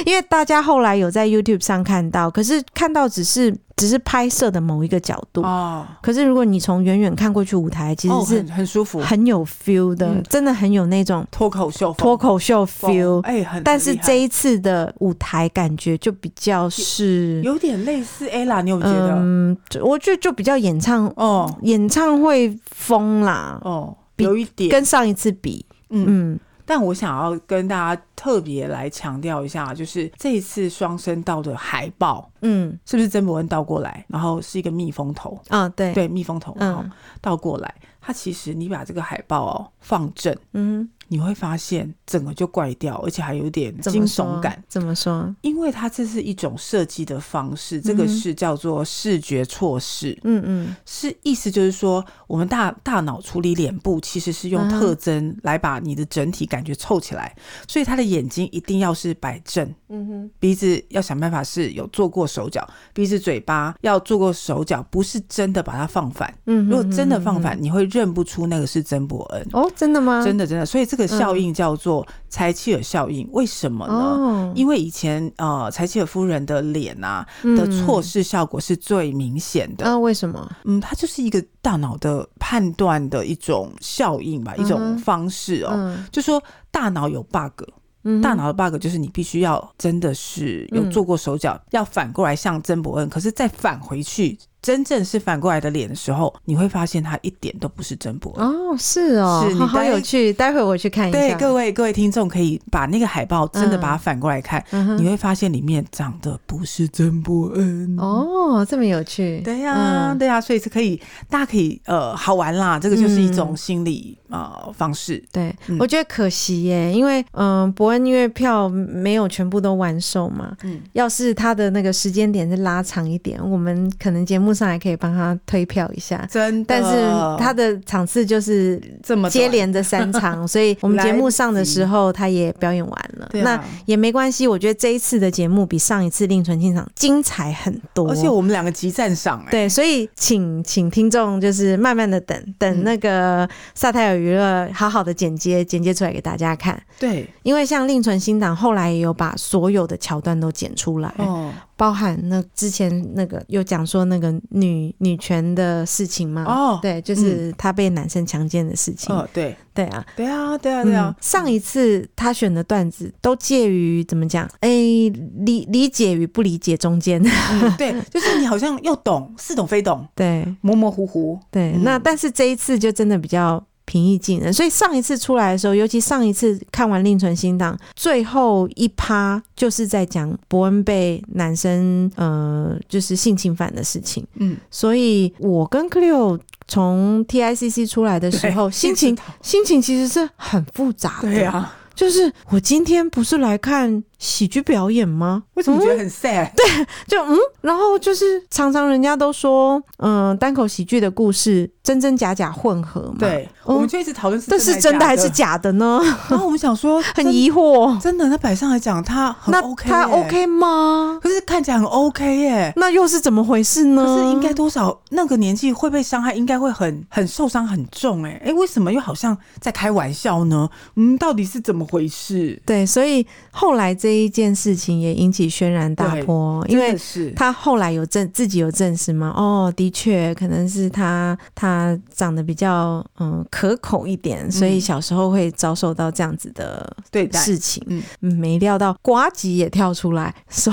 Speaker 2: 因为大家后来有在 YouTube 上看到，可是看到只是只是拍摄的某一个角度。
Speaker 3: 哦
Speaker 2: 可是如果你从远远看过去舞台，其
Speaker 3: 哦
Speaker 2: 实是
Speaker 3: 很很舒服，
Speaker 2: 很有 feel 的，
Speaker 3: 嗯
Speaker 2: 真的很有那种
Speaker 3: 脱口秀风
Speaker 2: 脱口秀
Speaker 3: 风
Speaker 2: feel。
Speaker 3: 哎很，
Speaker 2: 但是
Speaker 3: 很厉害
Speaker 2: 这一次的舞台感觉就比较是，
Speaker 3: 有点类似 ella，你有觉得
Speaker 2: 嗯，就我觉得就比较演唱
Speaker 3: 哦
Speaker 2: 演唱会风啦，
Speaker 3: 哦
Speaker 2: 比
Speaker 3: 有一点，
Speaker 2: 跟上一次比，
Speaker 3: 嗯。
Speaker 2: 嗯
Speaker 3: 但我想要跟大家特别来强调一下，就是这一次双声道的海报
Speaker 2: 嗯
Speaker 3: 是不是曾伯恩倒过来，然后是一个蜜蜂头，
Speaker 2: 啊，对，
Speaker 3: 对，蜜蜂头，然后
Speaker 2: 嗯
Speaker 3: 倒过来，它其实你把这个海报哦放正，
Speaker 2: 嗯，
Speaker 3: 你会发现整个就怪掉，而且还有点
Speaker 2: 怎
Speaker 3: 惊
Speaker 2: 么
Speaker 3: 悚
Speaker 2: 说啊
Speaker 3: 感，
Speaker 2: 怎么说？
Speaker 3: 因为它这是一种设计的方式，这
Speaker 2: 嗯
Speaker 3: 个
Speaker 2: 哼
Speaker 3: 是叫做视觉措施。
Speaker 2: 嗯嗯
Speaker 3: 是意思就是说，我们大大脑处理脸部，其实是用
Speaker 2: 嗯哼
Speaker 3: 特征来把你的整体感觉凑起来，所以它的眼睛一定要是摆正，
Speaker 2: 嗯哼，
Speaker 3: 鼻子要想办法是有做过手脚，鼻子、嘴巴要做过手脚，不是真的把它放反。
Speaker 2: 嗯哼，
Speaker 3: 如果真的放
Speaker 2: 嗯
Speaker 3: 反，你会认不出那个是曾伯恩。
Speaker 2: 哼，哦，真的吗？
Speaker 3: 真的真的，所以这个效应叫做柴契尔效应。为什么呢？
Speaker 2: 嗯哦，
Speaker 3: 因为以前呃，柴契尔夫人的脸啊
Speaker 2: 嗯
Speaker 3: 的错，视效果是最明显的。
Speaker 2: 啊，为什么？
Speaker 3: 嗯，它就是一个大脑的判断的一种效应吧，一
Speaker 2: 嗯
Speaker 3: 种
Speaker 2: 哼
Speaker 3: 方式哦。
Speaker 2: 嗯
Speaker 3: 就说大脑有 bug，
Speaker 2: 嗯哼，嗯
Speaker 3: 大脑的 bug 就是你必须要真的是有做过手脚，要反过来像曾伯恩，可是再返回去，真正是反过来的脸的时候，你会发现他一点都不是曾伯恩。
Speaker 2: 哦，是哦，
Speaker 3: 是你
Speaker 2: 好好
Speaker 3: 待
Speaker 2: 有趣，待会我去看一下。
Speaker 3: 对各位各位听众，可以把那个海报真的把它
Speaker 2: 嗯
Speaker 3: 反过来看，
Speaker 2: 嗯哼
Speaker 3: 你会发现里面长的不是曾伯恩。
Speaker 2: 哦，这么有趣，
Speaker 3: 对呀、
Speaker 2: 嗯
Speaker 3: 对呀、所以是可以，大家可以呃好玩啦，这个就是一种
Speaker 2: 嗯
Speaker 3: 心理、呃方式。
Speaker 2: 对
Speaker 3: 嗯，
Speaker 2: 我觉得可惜耶，因为嗯，伯恩因为票没有全部都完售嘛，
Speaker 3: 嗯
Speaker 2: 要是他的那个时间点是拉长一点，我们可能节目上还可以帮他推票一下。
Speaker 3: 真的，
Speaker 2: 但
Speaker 3: 呃
Speaker 2: 是他的场次就是
Speaker 3: 这么短
Speaker 2: 接连着三 场，所以我们节目上的时候他也表演完了，
Speaker 3: 对啊
Speaker 2: 那也没关系。我觉得这一次的节目比上一次令纯庆场精彩很多，
Speaker 3: 而且我们两个集赞赏哎、
Speaker 2: 对，所以请请听众就是慢慢的等
Speaker 3: 嗯
Speaker 2: 等那个萨泰尔娱乐好好的剪接剪接出来给大家看，
Speaker 3: 对
Speaker 2: 因为像另存新档后来也有把所有的桥段都剪出来，
Speaker 3: 哦
Speaker 2: 包含那之前那个有讲说那个女女权的事情嘛，
Speaker 3: 哦
Speaker 2: 啊对，就是她被男生强奸的事情，
Speaker 3: 哦对
Speaker 2: 对啊。
Speaker 3: 对啊对啊对啊
Speaker 2: 嗯，上一次他选的段子都介于怎么讲？哎、理理解与不理解中 间。
Speaker 3: 嗯对，就是你好像又懂似懂非懂，
Speaker 2: 对，
Speaker 3: 模模糊糊。
Speaker 2: 对，
Speaker 3: 嗯
Speaker 2: 那但是这一次就真的比较平易近人，所以上一次出来的时候，尤其上一次看完《另存新档》最后一趴，就是在讲伯恩被男生呃就是性侵犯的事情，
Speaker 3: 嗯，
Speaker 2: 所以我跟 Cleo 从 TICC 出来的时候，
Speaker 3: 对
Speaker 2: 心情
Speaker 3: 知道
Speaker 2: 心情其实是很复杂的，
Speaker 3: 对啊，
Speaker 2: 就是我今天不是来看喜剧表演吗？
Speaker 3: 为什么
Speaker 2: 嗯
Speaker 3: 觉得很 sad？对，
Speaker 2: 就嗯，然后就是常常人家都说，嗯、单口喜剧的故事真真假假混合嘛，，
Speaker 3: 我们就一直讨论是
Speaker 2: 这嗯是真的还是
Speaker 3: 假
Speaker 2: 假的呢？
Speaker 3: 的。然后我们想说，
Speaker 2: 很疑惑。
Speaker 3: 真的，那摆上来讲，他很
Speaker 2: 那
Speaker 3: OK，
Speaker 2: 他
Speaker 3: 耶
Speaker 2: OK 啊吗？
Speaker 3: 可是看起来很 OK 耶。
Speaker 2: 那又是怎么回事呢？
Speaker 3: 可是应该多少那个年纪会被伤害，应该会很很受伤很重哎、哎、为什么又好像在开玩笑呢？嗯，到底是怎么回事？
Speaker 2: 对，所以后来这一件事情也引起轩然大波，因
Speaker 3: 真
Speaker 2: 为
Speaker 3: 的是
Speaker 2: 他后来有证自己有证实嘛，哦，的确可能是他他长得比较嗯可口一点，所以小时候会遭受到这样子的
Speaker 3: 对待
Speaker 2: 事情，
Speaker 3: 嗯
Speaker 2: 嗯，没料到瓜吉也跳出来说，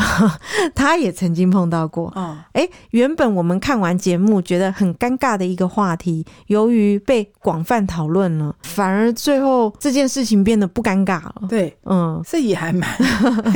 Speaker 2: 他也曾经碰到过。
Speaker 3: 啊、
Speaker 2: 哎，原本我们看完节目觉得很尴尬的一个话题，由于被广泛讨论了，反而最后这件事情变得不尴尬了。
Speaker 3: 对，
Speaker 2: 嗯，
Speaker 3: 这也还蛮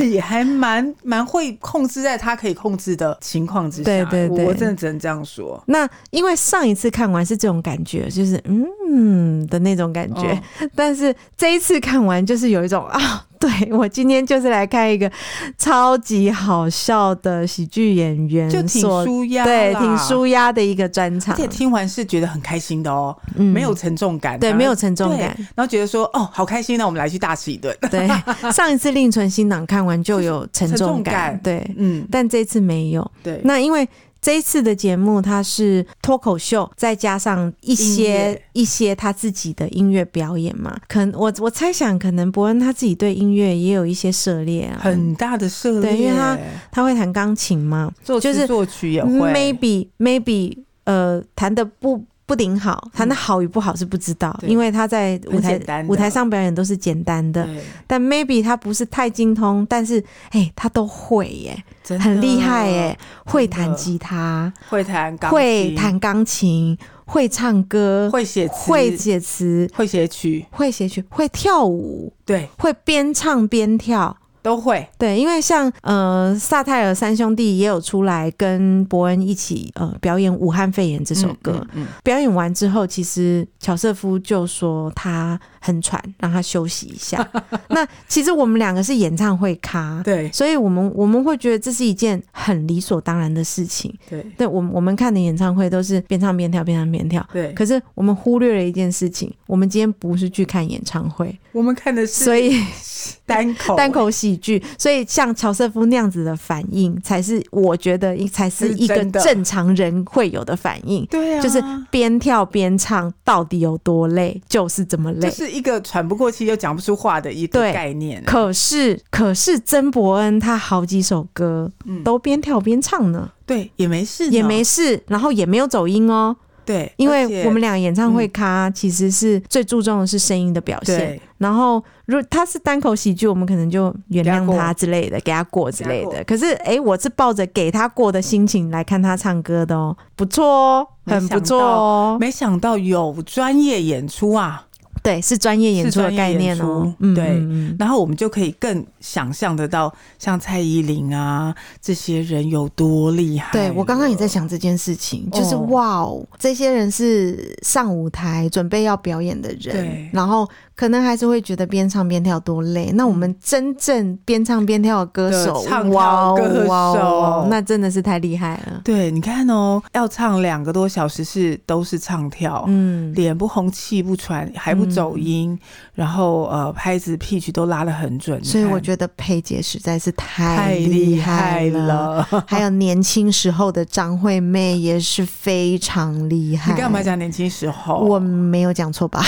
Speaker 3: 也还蛮蛮会控制在他可以控制的情况之下。
Speaker 2: 对对对
Speaker 3: 我真的只能这样说。
Speaker 2: 那因为上一次看完是这种感觉，就是嗯的那种感
Speaker 3: 哦
Speaker 2: 觉， 但是这一次看完就是有一种啊， 对我今天就是来看一个超级好笑的喜剧演员
Speaker 3: 嗯
Speaker 2: 所，
Speaker 3: 就挺舒压啦，
Speaker 2: 对，挺舒压的一个专场
Speaker 3: 而，且听完是觉得很开心的哦，
Speaker 2: 嗯
Speaker 3: 没有呃沉重感，
Speaker 2: 对，
Speaker 3: 反而
Speaker 2: 没有沉重感。
Speaker 3: 然后觉得说哦，好开心，那我们来去大吃一顿。
Speaker 2: 对， 上一次另存新档看完就有沉重感，
Speaker 3: 沉重感
Speaker 2: 对，
Speaker 3: 嗯，
Speaker 2: 但这次没有。
Speaker 3: 对，
Speaker 2: 那因为这一次的节目它是脱口秀，再加上一
Speaker 3: 音
Speaker 2: 些
Speaker 3: 乐
Speaker 2: 一些他自己的音乐表演嘛，可能我我猜想，可能伯恩他自己对音乐也有一些涉猎啊，
Speaker 3: 很大的涉猎，
Speaker 2: 对因为他他会弹钢琴嘛
Speaker 3: 作
Speaker 2: 就
Speaker 3: 词
Speaker 2: 是
Speaker 3: 作曲也会
Speaker 2: ，maybe maybe 呃弹的不。不顶好，弹的好与不好是不知道，
Speaker 3: 嗯对
Speaker 2: 因为他在舞
Speaker 3: 很
Speaker 2: 台
Speaker 3: 简单的嗯
Speaker 2: 舞台上表演都是简单的，
Speaker 3: 对，
Speaker 2: 但 maybe 他不是太精通，但是哎、他都会耶，
Speaker 3: 真的
Speaker 2: 很厉害耶，，会弹
Speaker 3: 的
Speaker 2: 吉他，
Speaker 3: 会弹钢
Speaker 2: 会
Speaker 3: 琴，
Speaker 2: 弹钢琴，会唱歌，
Speaker 3: 会写词，
Speaker 2: 会写词，
Speaker 3: 会写曲，
Speaker 2: 会写曲，会跳舞，
Speaker 3: 对，
Speaker 2: 会边唱边跳，
Speaker 3: 都会，
Speaker 2: 对，因为像呃萨泰尔三兄弟也有出来跟伯恩一起呃表演《武汉肺炎》这首歌。
Speaker 3: 嗯，嗯
Speaker 2: 表演完之后，其实乔瑟夫就说他很喘，让他休息一 下。那其实我们两个是演唱会咖
Speaker 3: 嗯，对
Speaker 2: 所以我们我们会觉得这是一件很理所当然的事情。
Speaker 3: 对
Speaker 2: 对我们我们看的演唱会都是边唱边跳，边唱边跳。
Speaker 3: 对，
Speaker 2: 可是我们忽略了一件事情，我们今天不是去看演唱会，
Speaker 3: 我们看的是
Speaker 2: 所以
Speaker 3: 单口
Speaker 2: 单口喜剧，所以像乔瑟夫那样子的反应，才是我觉得才是一
Speaker 3: 是
Speaker 2: 个
Speaker 3: 真的
Speaker 2: 正常人会有的反应。
Speaker 3: 对啊，
Speaker 2: 就是边跳边唱，到底有多累，就是这么累
Speaker 3: 就。是一个喘不过气又讲不出话的一个
Speaker 2: 对
Speaker 3: 概念。
Speaker 2: 可是，可是曾伯恩他好几首歌
Speaker 3: 嗯，
Speaker 2: 都边跳边唱呢，
Speaker 3: 对，也没事呢，
Speaker 2: 也没事，然后也没有走音哦。
Speaker 3: 对，
Speaker 2: 因
Speaker 3: 而且嗯
Speaker 2: 为我们俩演唱会咖其实是最注重的是声音的表现，
Speaker 3: 对
Speaker 2: 然后如果他是单口喜剧，我们可能就原
Speaker 3: 给他
Speaker 2: 谅
Speaker 3: 过
Speaker 2: 他之类的，给他过之类
Speaker 3: 给
Speaker 2: 的。
Speaker 3: 他
Speaker 2: 可是哎、诶我是抱着给他过的心情来看他唱歌的哦，不错哦，
Speaker 3: 没
Speaker 2: 很不
Speaker 3: 想
Speaker 2: 错
Speaker 3: 到
Speaker 2: 哦，
Speaker 3: 没想到有专业演出啊，
Speaker 2: 对，是专业演
Speaker 3: 是
Speaker 2: 出的
Speaker 3: 专业
Speaker 2: 概
Speaker 3: 演
Speaker 2: 念哦
Speaker 3: 出，
Speaker 2: 嗯，
Speaker 3: 对
Speaker 2: 嗯嗯
Speaker 3: 然后我们就可以更想象得到，像蔡依林啊这些人有多厉害。
Speaker 2: 对我刚刚也在，想这件事情，就是、
Speaker 3: 哦
Speaker 2: 哇哦，这些人是上舞台准备要表演的人
Speaker 3: 对，
Speaker 2: 然后可能还是会觉得边唱边跳多累。那我们真正边唱边跳的歌手，
Speaker 3: 的唱跳
Speaker 2: 哇哦
Speaker 3: 歌手
Speaker 2: 哇哦，那真的是太厉害了。
Speaker 3: 对，你看哦，要唱两个多小时是都是唱跳。
Speaker 2: 嗯，
Speaker 3: 脸不红气不喘，还不走音，然后呃拍子 pitch 都拉得很准，
Speaker 2: 所以我
Speaker 3: 得
Speaker 2: 觉得佩姐实在是太
Speaker 3: 太
Speaker 2: 厉
Speaker 3: 厉
Speaker 2: 害
Speaker 3: 害
Speaker 2: 了。
Speaker 3: 了。
Speaker 2: 还有年轻时候的张惠妹也是非常厉害。
Speaker 3: 你干嘛？讲哦年轻时候？
Speaker 2: 我没有讲错吧？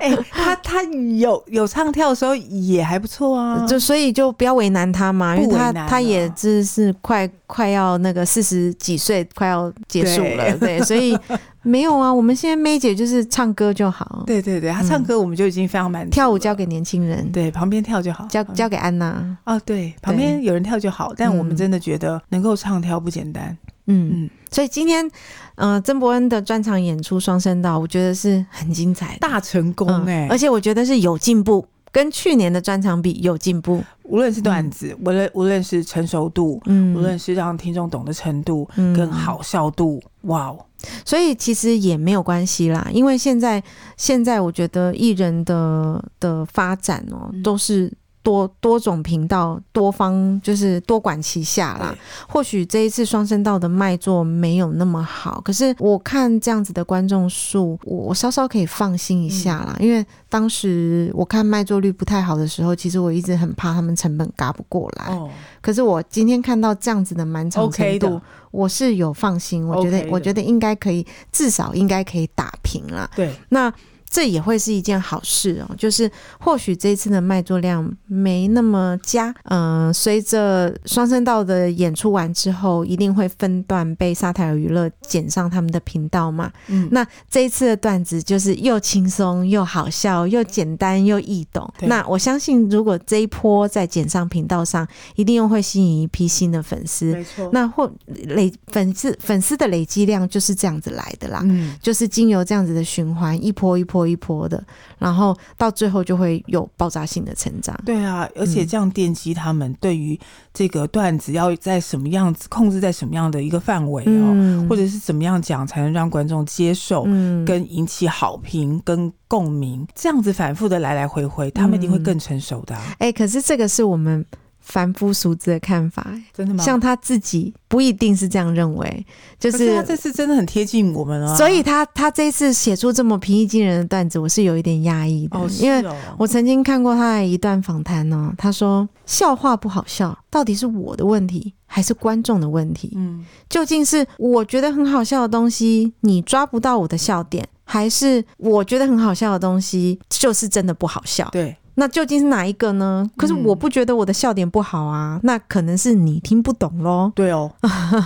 Speaker 3: 哎、她她有有唱跳的时候也还不错啊，
Speaker 2: 呃就所以就不要为难他嘛，因为
Speaker 3: 不为
Speaker 2: 他
Speaker 3: 难
Speaker 2: 他也
Speaker 3: 啊
Speaker 2: 只是快快要那个四十几岁，快要结束了， 对，所以没有啊，我们现在妹姐就是唱歌就好，
Speaker 3: 对对对，她唱歌我们就已经非常满足了、
Speaker 2: 嗯跳舞交给年轻人，
Speaker 3: 对嗯旁边跳就好，
Speaker 2: 交
Speaker 3: 旁
Speaker 2: 交给安娜，
Speaker 3: 哦对，旁边有人跳就好，但我们
Speaker 2: 嗯
Speaker 3: 真的觉得能够唱跳不简单，
Speaker 2: 嗯，
Speaker 3: 嗯
Speaker 2: 所以今天呃曾伯恩的专场演出双声道，我觉得是很精彩的，
Speaker 3: 大成功
Speaker 2: 嗯
Speaker 3: 哎、
Speaker 2: 而且我觉得是有进步。跟去年的专场比有进步，
Speaker 3: 无论是段子，无论无论是成熟度，
Speaker 2: 嗯，
Speaker 3: 无论是让听众懂的程度，
Speaker 2: 嗯
Speaker 3: 跟好笑度，哇哦，
Speaker 2: 所以其实也没有关系啦，因为现在现在我觉得艺人的的发展哦、
Speaker 3: 嗯
Speaker 2: 都是。多多种频道、多方就是多管齐下啦。或许这一次双声道的卖座没有那么好，可是我看这样子的观众数，我我稍稍可以放心一下
Speaker 3: 嗯
Speaker 2: 啦。因为当时我看卖座率不太好的时候，其实我一直很怕他们成本嘎不过来。
Speaker 3: 哦，
Speaker 2: 可是我今天看到这样子的满场哎程
Speaker 3: OK
Speaker 2: 度
Speaker 3: 的
Speaker 2: 我是有放心，我觉得
Speaker 3: OK 的
Speaker 2: 我觉得应该可以，至少应该可以打平啦。
Speaker 3: 对，
Speaker 2: 那这也会是一件好事哦，就是或许这一次的卖座量没那么佳，嗯、随着双声道的演出完之后，一定会分段被沙泰尔娱乐剪上他们的频道嘛。
Speaker 3: 嗯，
Speaker 2: 那这一次的段子就是又轻松又好笑，又简单又易懂。
Speaker 3: 对
Speaker 2: 那我相信，如果这一波在剪上频道上，一定又会吸引一批新的粉丝。
Speaker 3: 没错，
Speaker 2: 那或累粉丝粉丝的累积量就是这样子来的啦，
Speaker 3: 嗯，
Speaker 2: 就是经由这样子的循环，一波一波一波的，然后到最后就会有爆炸性的成长。
Speaker 3: 对啊，
Speaker 2: 嗯
Speaker 3: 而且这样奠基他们对于这个段子要在什么样子控制在什么样的一个范围哦，
Speaker 2: 嗯
Speaker 3: 或者是怎么样讲才能让观众接受，
Speaker 2: 嗯
Speaker 3: 跟引起好评跟共鸣，这样子反复的来来回回，他们一定会
Speaker 2: 嗯
Speaker 3: 更成熟的啊、
Speaker 2: 哎、可是这个是我们凡夫俗子的看法、哎
Speaker 3: 真的吗？
Speaker 2: 像他自己不一定是这样认为，就
Speaker 3: 可是他这次真的很贴近我们啊，
Speaker 2: 所以他他这一次写出这么平易近人的段子，我是有一点压抑的，
Speaker 3: 哦，
Speaker 2: 因为
Speaker 3: 是哦
Speaker 2: 我曾经看过他的一段访谈呢，他说笑话不好笑，到底是我的问题还是观众的问题？
Speaker 3: 嗯，
Speaker 2: 究竟是我觉得很好笑的东西，你抓不到我的笑点，还是我觉得很好笑的东西就是真的不好笑？
Speaker 3: 对，
Speaker 2: 那究竟是哪一个呢？可是
Speaker 3: 嗯
Speaker 2: 我不觉得我的笑点不好啊，那可能是你听不懂喽。
Speaker 3: 对哦，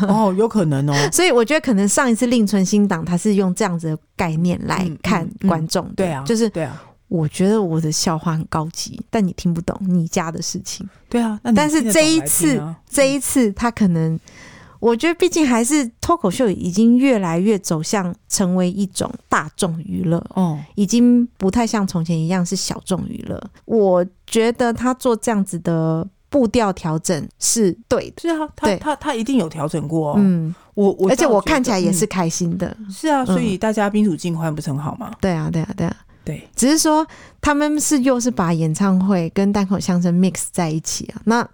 Speaker 3: 哦，有可能哦，
Speaker 2: 所以我觉得可能上一次另存新档，他是用这样子的概念来
Speaker 3: 嗯嗯
Speaker 2: 看
Speaker 3: 嗯
Speaker 2: 观众的、
Speaker 3: 对啊，
Speaker 2: 就是
Speaker 3: 对啊，
Speaker 2: 我觉得我的笑话很高级，但你听不懂你家的事情。
Speaker 3: 对啊，那你
Speaker 2: 但是
Speaker 3: 听得
Speaker 2: 这
Speaker 3: 懂
Speaker 2: 一
Speaker 3: 来听啊
Speaker 2: 这一次他可能，我觉得毕竟还是脱口秀已经越来越走向成为一种大众娱乐，
Speaker 3: 哦，
Speaker 2: 已经不太像从前一样是小众娱乐。我觉得他做这样子的步调调整是对的，
Speaker 3: 是啊，他
Speaker 2: 对
Speaker 3: 他他一定有调整过哦。
Speaker 2: 嗯，
Speaker 3: 我我
Speaker 2: 而且
Speaker 3: 倒
Speaker 2: 我
Speaker 3: 觉
Speaker 2: 看
Speaker 3: 得
Speaker 2: 起来也
Speaker 3: 嗯
Speaker 2: 是开心的。
Speaker 3: 是啊，
Speaker 2: 嗯
Speaker 3: 所以大家宾主尽欢不是很好吗？
Speaker 2: 对啊，对啊，对啊。
Speaker 3: 对，
Speaker 2: 只是说他们是又是把演唱会跟单口相声 mix 在一起啊。那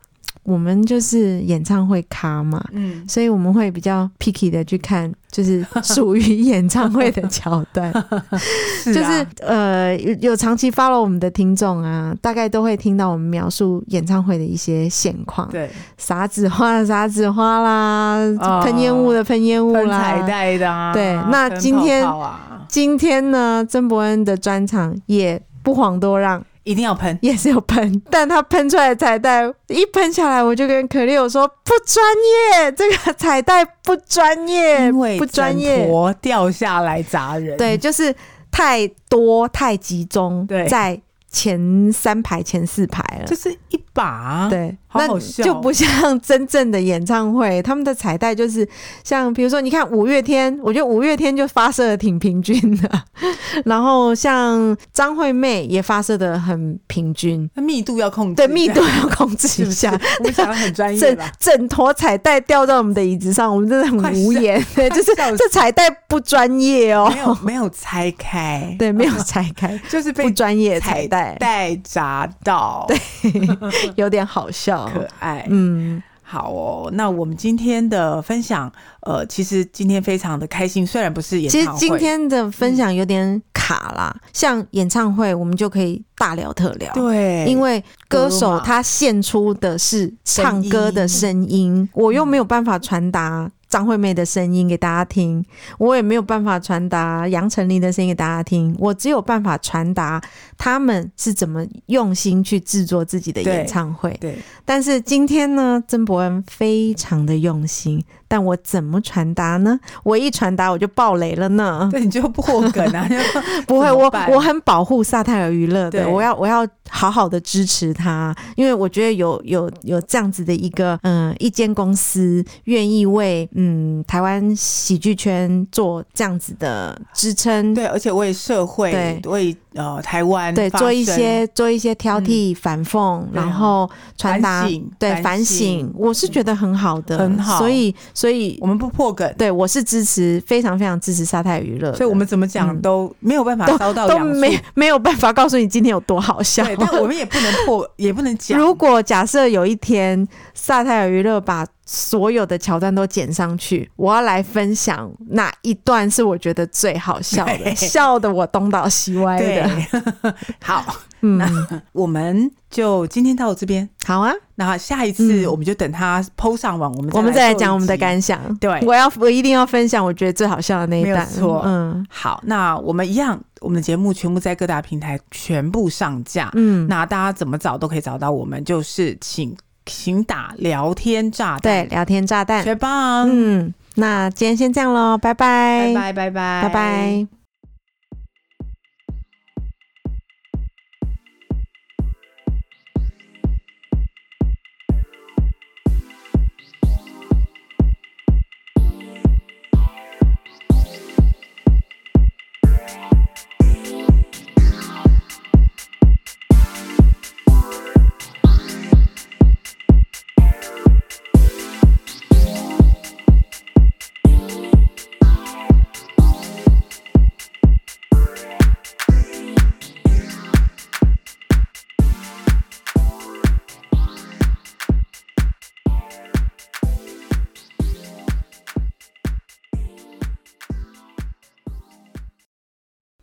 Speaker 2: 我们就是演唱会咖嘛，
Speaker 3: 嗯，
Speaker 2: 所以我们会比较 picky 的去看，就是属于演唱会的桥 段，
Speaker 3: 是
Speaker 2: 就
Speaker 3: 啊
Speaker 2: 是呃有有长期 follow 我们的听众啊，大概都会听到我们描述演唱会的一些现况，
Speaker 3: 对
Speaker 2: 撒纸花的撒纸花啦，
Speaker 3: 啊
Speaker 2: 喷烟雾的喷烟雾
Speaker 3: 喷
Speaker 2: 啦，
Speaker 3: 彩带的啊，
Speaker 2: 对那
Speaker 3: 喷
Speaker 2: 今天
Speaker 3: 泡泡啊
Speaker 2: 今天呢，曾伯恩的专场也不遑多让，
Speaker 3: 一定要喷，
Speaker 2: 也是有喷，但他喷出来的彩带一喷下来，我就跟可丽我说不专业，这个彩带不专业，
Speaker 3: 因为
Speaker 2: 不专业
Speaker 3: 枕，头掉下来砸人，
Speaker 2: 对，就是太多太集中
Speaker 3: 对
Speaker 2: 在前三排、前四排了
Speaker 3: 这。是一把啊，
Speaker 2: 对，
Speaker 3: 好好
Speaker 2: 那
Speaker 3: 笑
Speaker 2: 就不像真正的演唱会， 他们的彩带就是像，比如说，你看五月天，我觉得五月天就发射的挺平均的， 然后像张惠妹也发射的很平均，
Speaker 3: 那密度要控制，
Speaker 2: 对密度要控制
Speaker 3: 是
Speaker 2: 一
Speaker 3: 不是
Speaker 2: 下。？
Speaker 3: 我想得很专业
Speaker 2: 整
Speaker 3: 吧，
Speaker 2: 整坨彩带掉到我们的椅子上，我们真的
Speaker 3: 快
Speaker 2: 很无言，对， 就是
Speaker 3: 笑死
Speaker 2: 这彩带不专业哦
Speaker 3: 没，有没有拆开，
Speaker 2: 对，没有拆开，
Speaker 3: 就是
Speaker 2: 不
Speaker 3: 被
Speaker 2: 专业彩带，
Speaker 3: 带砸到，对，
Speaker 2: 有点好笑，
Speaker 3: 可爱，
Speaker 2: 嗯，
Speaker 3: 好哦，那我们今天的分享，呃，其实今天非常的开心，虽然不是演
Speaker 2: 其
Speaker 3: 唱
Speaker 2: 实
Speaker 3: 会，
Speaker 2: 今
Speaker 3: 嗯
Speaker 2: 天的分享有点卡啦，像演唱会我们就可以大聊特聊。
Speaker 3: 对，
Speaker 2: 因为歌
Speaker 3: 歌
Speaker 2: 手
Speaker 3: 嘛
Speaker 2: 他献出的是唱歌的声音，我又没有办法传达张惠妹的声音给大家听，我也没有办法传达杨丞琳的声音给大家听，我只有办法传达他们是怎么用心去制作自己的
Speaker 3: 对
Speaker 2: 演唱会。
Speaker 3: 对
Speaker 2: 但是今天呢，曾伯恩非常的用心，但我怎么传达呢？我一传达我就爆雷了呢。
Speaker 3: 对，你就破梗啊，就
Speaker 2: 不会，
Speaker 3: 怎么
Speaker 2: 我
Speaker 3: 办
Speaker 2: 我很保护萨泰尔娱乐的，
Speaker 3: 对
Speaker 2: 我要我要好好的支持他，因为我觉得有有有这样子的一个嗯、一间公司愿意为嗯台湾喜剧圈做这样子的支撑，
Speaker 3: 对，而且为社会
Speaker 2: 对、
Speaker 3: 为呃台湾
Speaker 2: 对，
Speaker 3: 发
Speaker 2: 做一
Speaker 3: 声嗯
Speaker 2: 些做一些挑剔、反讽，
Speaker 3: 对啊
Speaker 2: 然后传
Speaker 3: 反
Speaker 2: 达
Speaker 3: 省，嗯
Speaker 2: 对反省，，我是觉得很好的，
Speaker 3: 很好
Speaker 2: 所以所以
Speaker 3: 我们不破梗，
Speaker 2: 对我是支持，非常非常支持沙泰娱乐的，
Speaker 3: 所以我们怎么讲
Speaker 2: 嗯
Speaker 3: 都没有办法烧到
Speaker 2: 都
Speaker 3: 痒处
Speaker 2: 没没有办法告诉你今天有多好笑。
Speaker 3: 对，但我们也不能破，也不能讲，
Speaker 2: 如果假设有一天萨泰尔娱乐把所有的桥段都剪上去，我要来分享哪一段是我觉得最好笑
Speaker 3: 对
Speaker 2: 的，笑的我东倒西歪
Speaker 3: 对
Speaker 2: 的。，
Speaker 3: 好，
Speaker 2: 嗯，
Speaker 3: 我们就今天到这边。
Speaker 2: 好啊，
Speaker 3: 那下一次
Speaker 2: 嗯
Speaker 3: 我们就等他 PO 上网，我们
Speaker 2: 我们再来
Speaker 3: 做一
Speaker 2: 讲我们的
Speaker 3: 集
Speaker 2: 感想。
Speaker 3: 对
Speaker 2: 我要我一定要分享我觉得最好笑的那一段。
Speaker 3: 没有错
Speaker 2: 嗯
Speaker 3: 好，那我们一样，我们的节目全部在各大平台全部上架。
Speaker 2: 嗯，
Speaker 3: 那大家怎么找都可以找到我们，就是请请打聊天炸
Speaker 2: 对，
Speaker 3: 弹，
Speaker 2: 聊天炸弹。
Speaker 3: 学棒，
Speaker 2: 嗯，那今天先这样喽，拜拜，
Speaker 3: 拜拜拜拜
Speaker 2: 拜拜